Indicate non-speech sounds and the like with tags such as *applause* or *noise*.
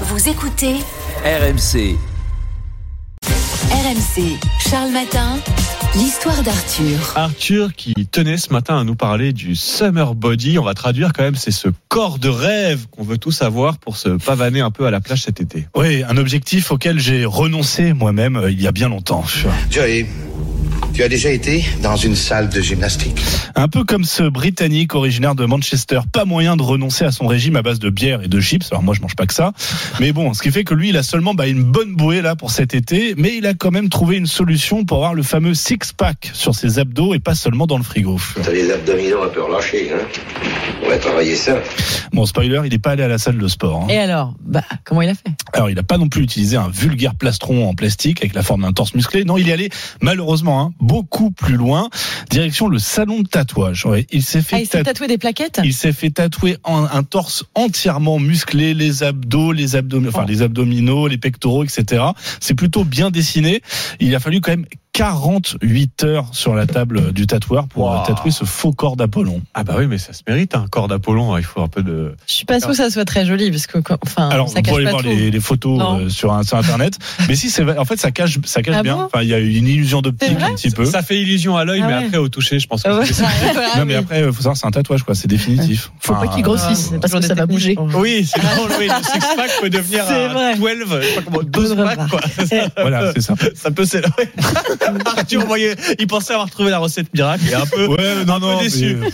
Vous écoutez RMC. RMC, Charles Matin, l'histoire d'Arthur. Arthur qui tenait ce matin à nous parler du summer body. On va traduire quand même, c'est ce corps de rêve qu'on veut tous avoir pour se pavaner un peu à la plage cet été. Oui, un objectif auquel j'ai renoncé moi-même euh, il y a bien longtemps. Joey, tu as déjà été dans une salle de gymnastique Un peu comme ce Britannique originaire de Manchester, pas moyen de renoncer à son régime à base de bière et de chips. Alors moi, je mange pas que ça. Mais bon, ce qui fait que lui, il a seulement bah, une bonne bouée là pour cet été, mais il a quand même trouvé une solution pour avoir le fameux six-pack sur ses abdos et pas seulement dans le frigo. T'as les abdominaux un peu relâchés, hein On va travailler ça. Bon, spoiler, il n'est pas allé à la salle de sport. hein. Et alors bah, Comment il a fait Alors, il n'a pas non plus utilisé un vulgaire plastron en plastique avec la forme d'un torse musclé. Non, il est allé, malheureusement, hein, beaucoup plus loin. Direction le salon de tatouage. Ouais, il s'est Ah, fait il s'est tatouer. tatoué des plaquettes Il s'est fait tatouer en- un torse entièrement musclé, les abdos, les abdominaux, enfin Oh. les abdominaux, les pectoraux, etc. C'est plutôt bien dessiné. Il a fallu quand même 48 heures sur la table du tatoueur pour Wow. euh, tatouer ce faux corps d'Apollon. Ah bah oui, mais ça se mérite, un corps d'Apollon, hein, il faut un peu de... Je suis pas sûre que ça soit très joli, parce que quand- enfin, Alors, Ah, ça vous cache pouvez pas voir tout. les, les photos Non. euh, sur, un- sur *laughs* internet, mais si c'est vrai- en fait ça cache ça cache Ah bien. bon enfin, il y a une illusion d'optique vrai un petit peu. Ça fait illusion à l'œil, Ah mais ouais. après au toucher, je pense que Ah ouais. c'est ça. Voilà, non mais oui. après euh, faut savoir c'est un tatouage quoi, c'est définitif. Faut Enfin, pas qu'il euh, grossisse, Ah, parce toujours que ça des va techniques bouger. pour- Oui, c'est drôle, oui, le six-pack peut devenir Ah. C'est un vrai. 12, je sais pas comment, 12 pack, quoi. euh, Voilà, c'est *laughs* ça. Ça peut *laughs* s'élever. Arthur, vous voyez, il pensait avoir trouvé la recette miracle, et un peu... Ouais, non, peu non, mais, déçu. euh,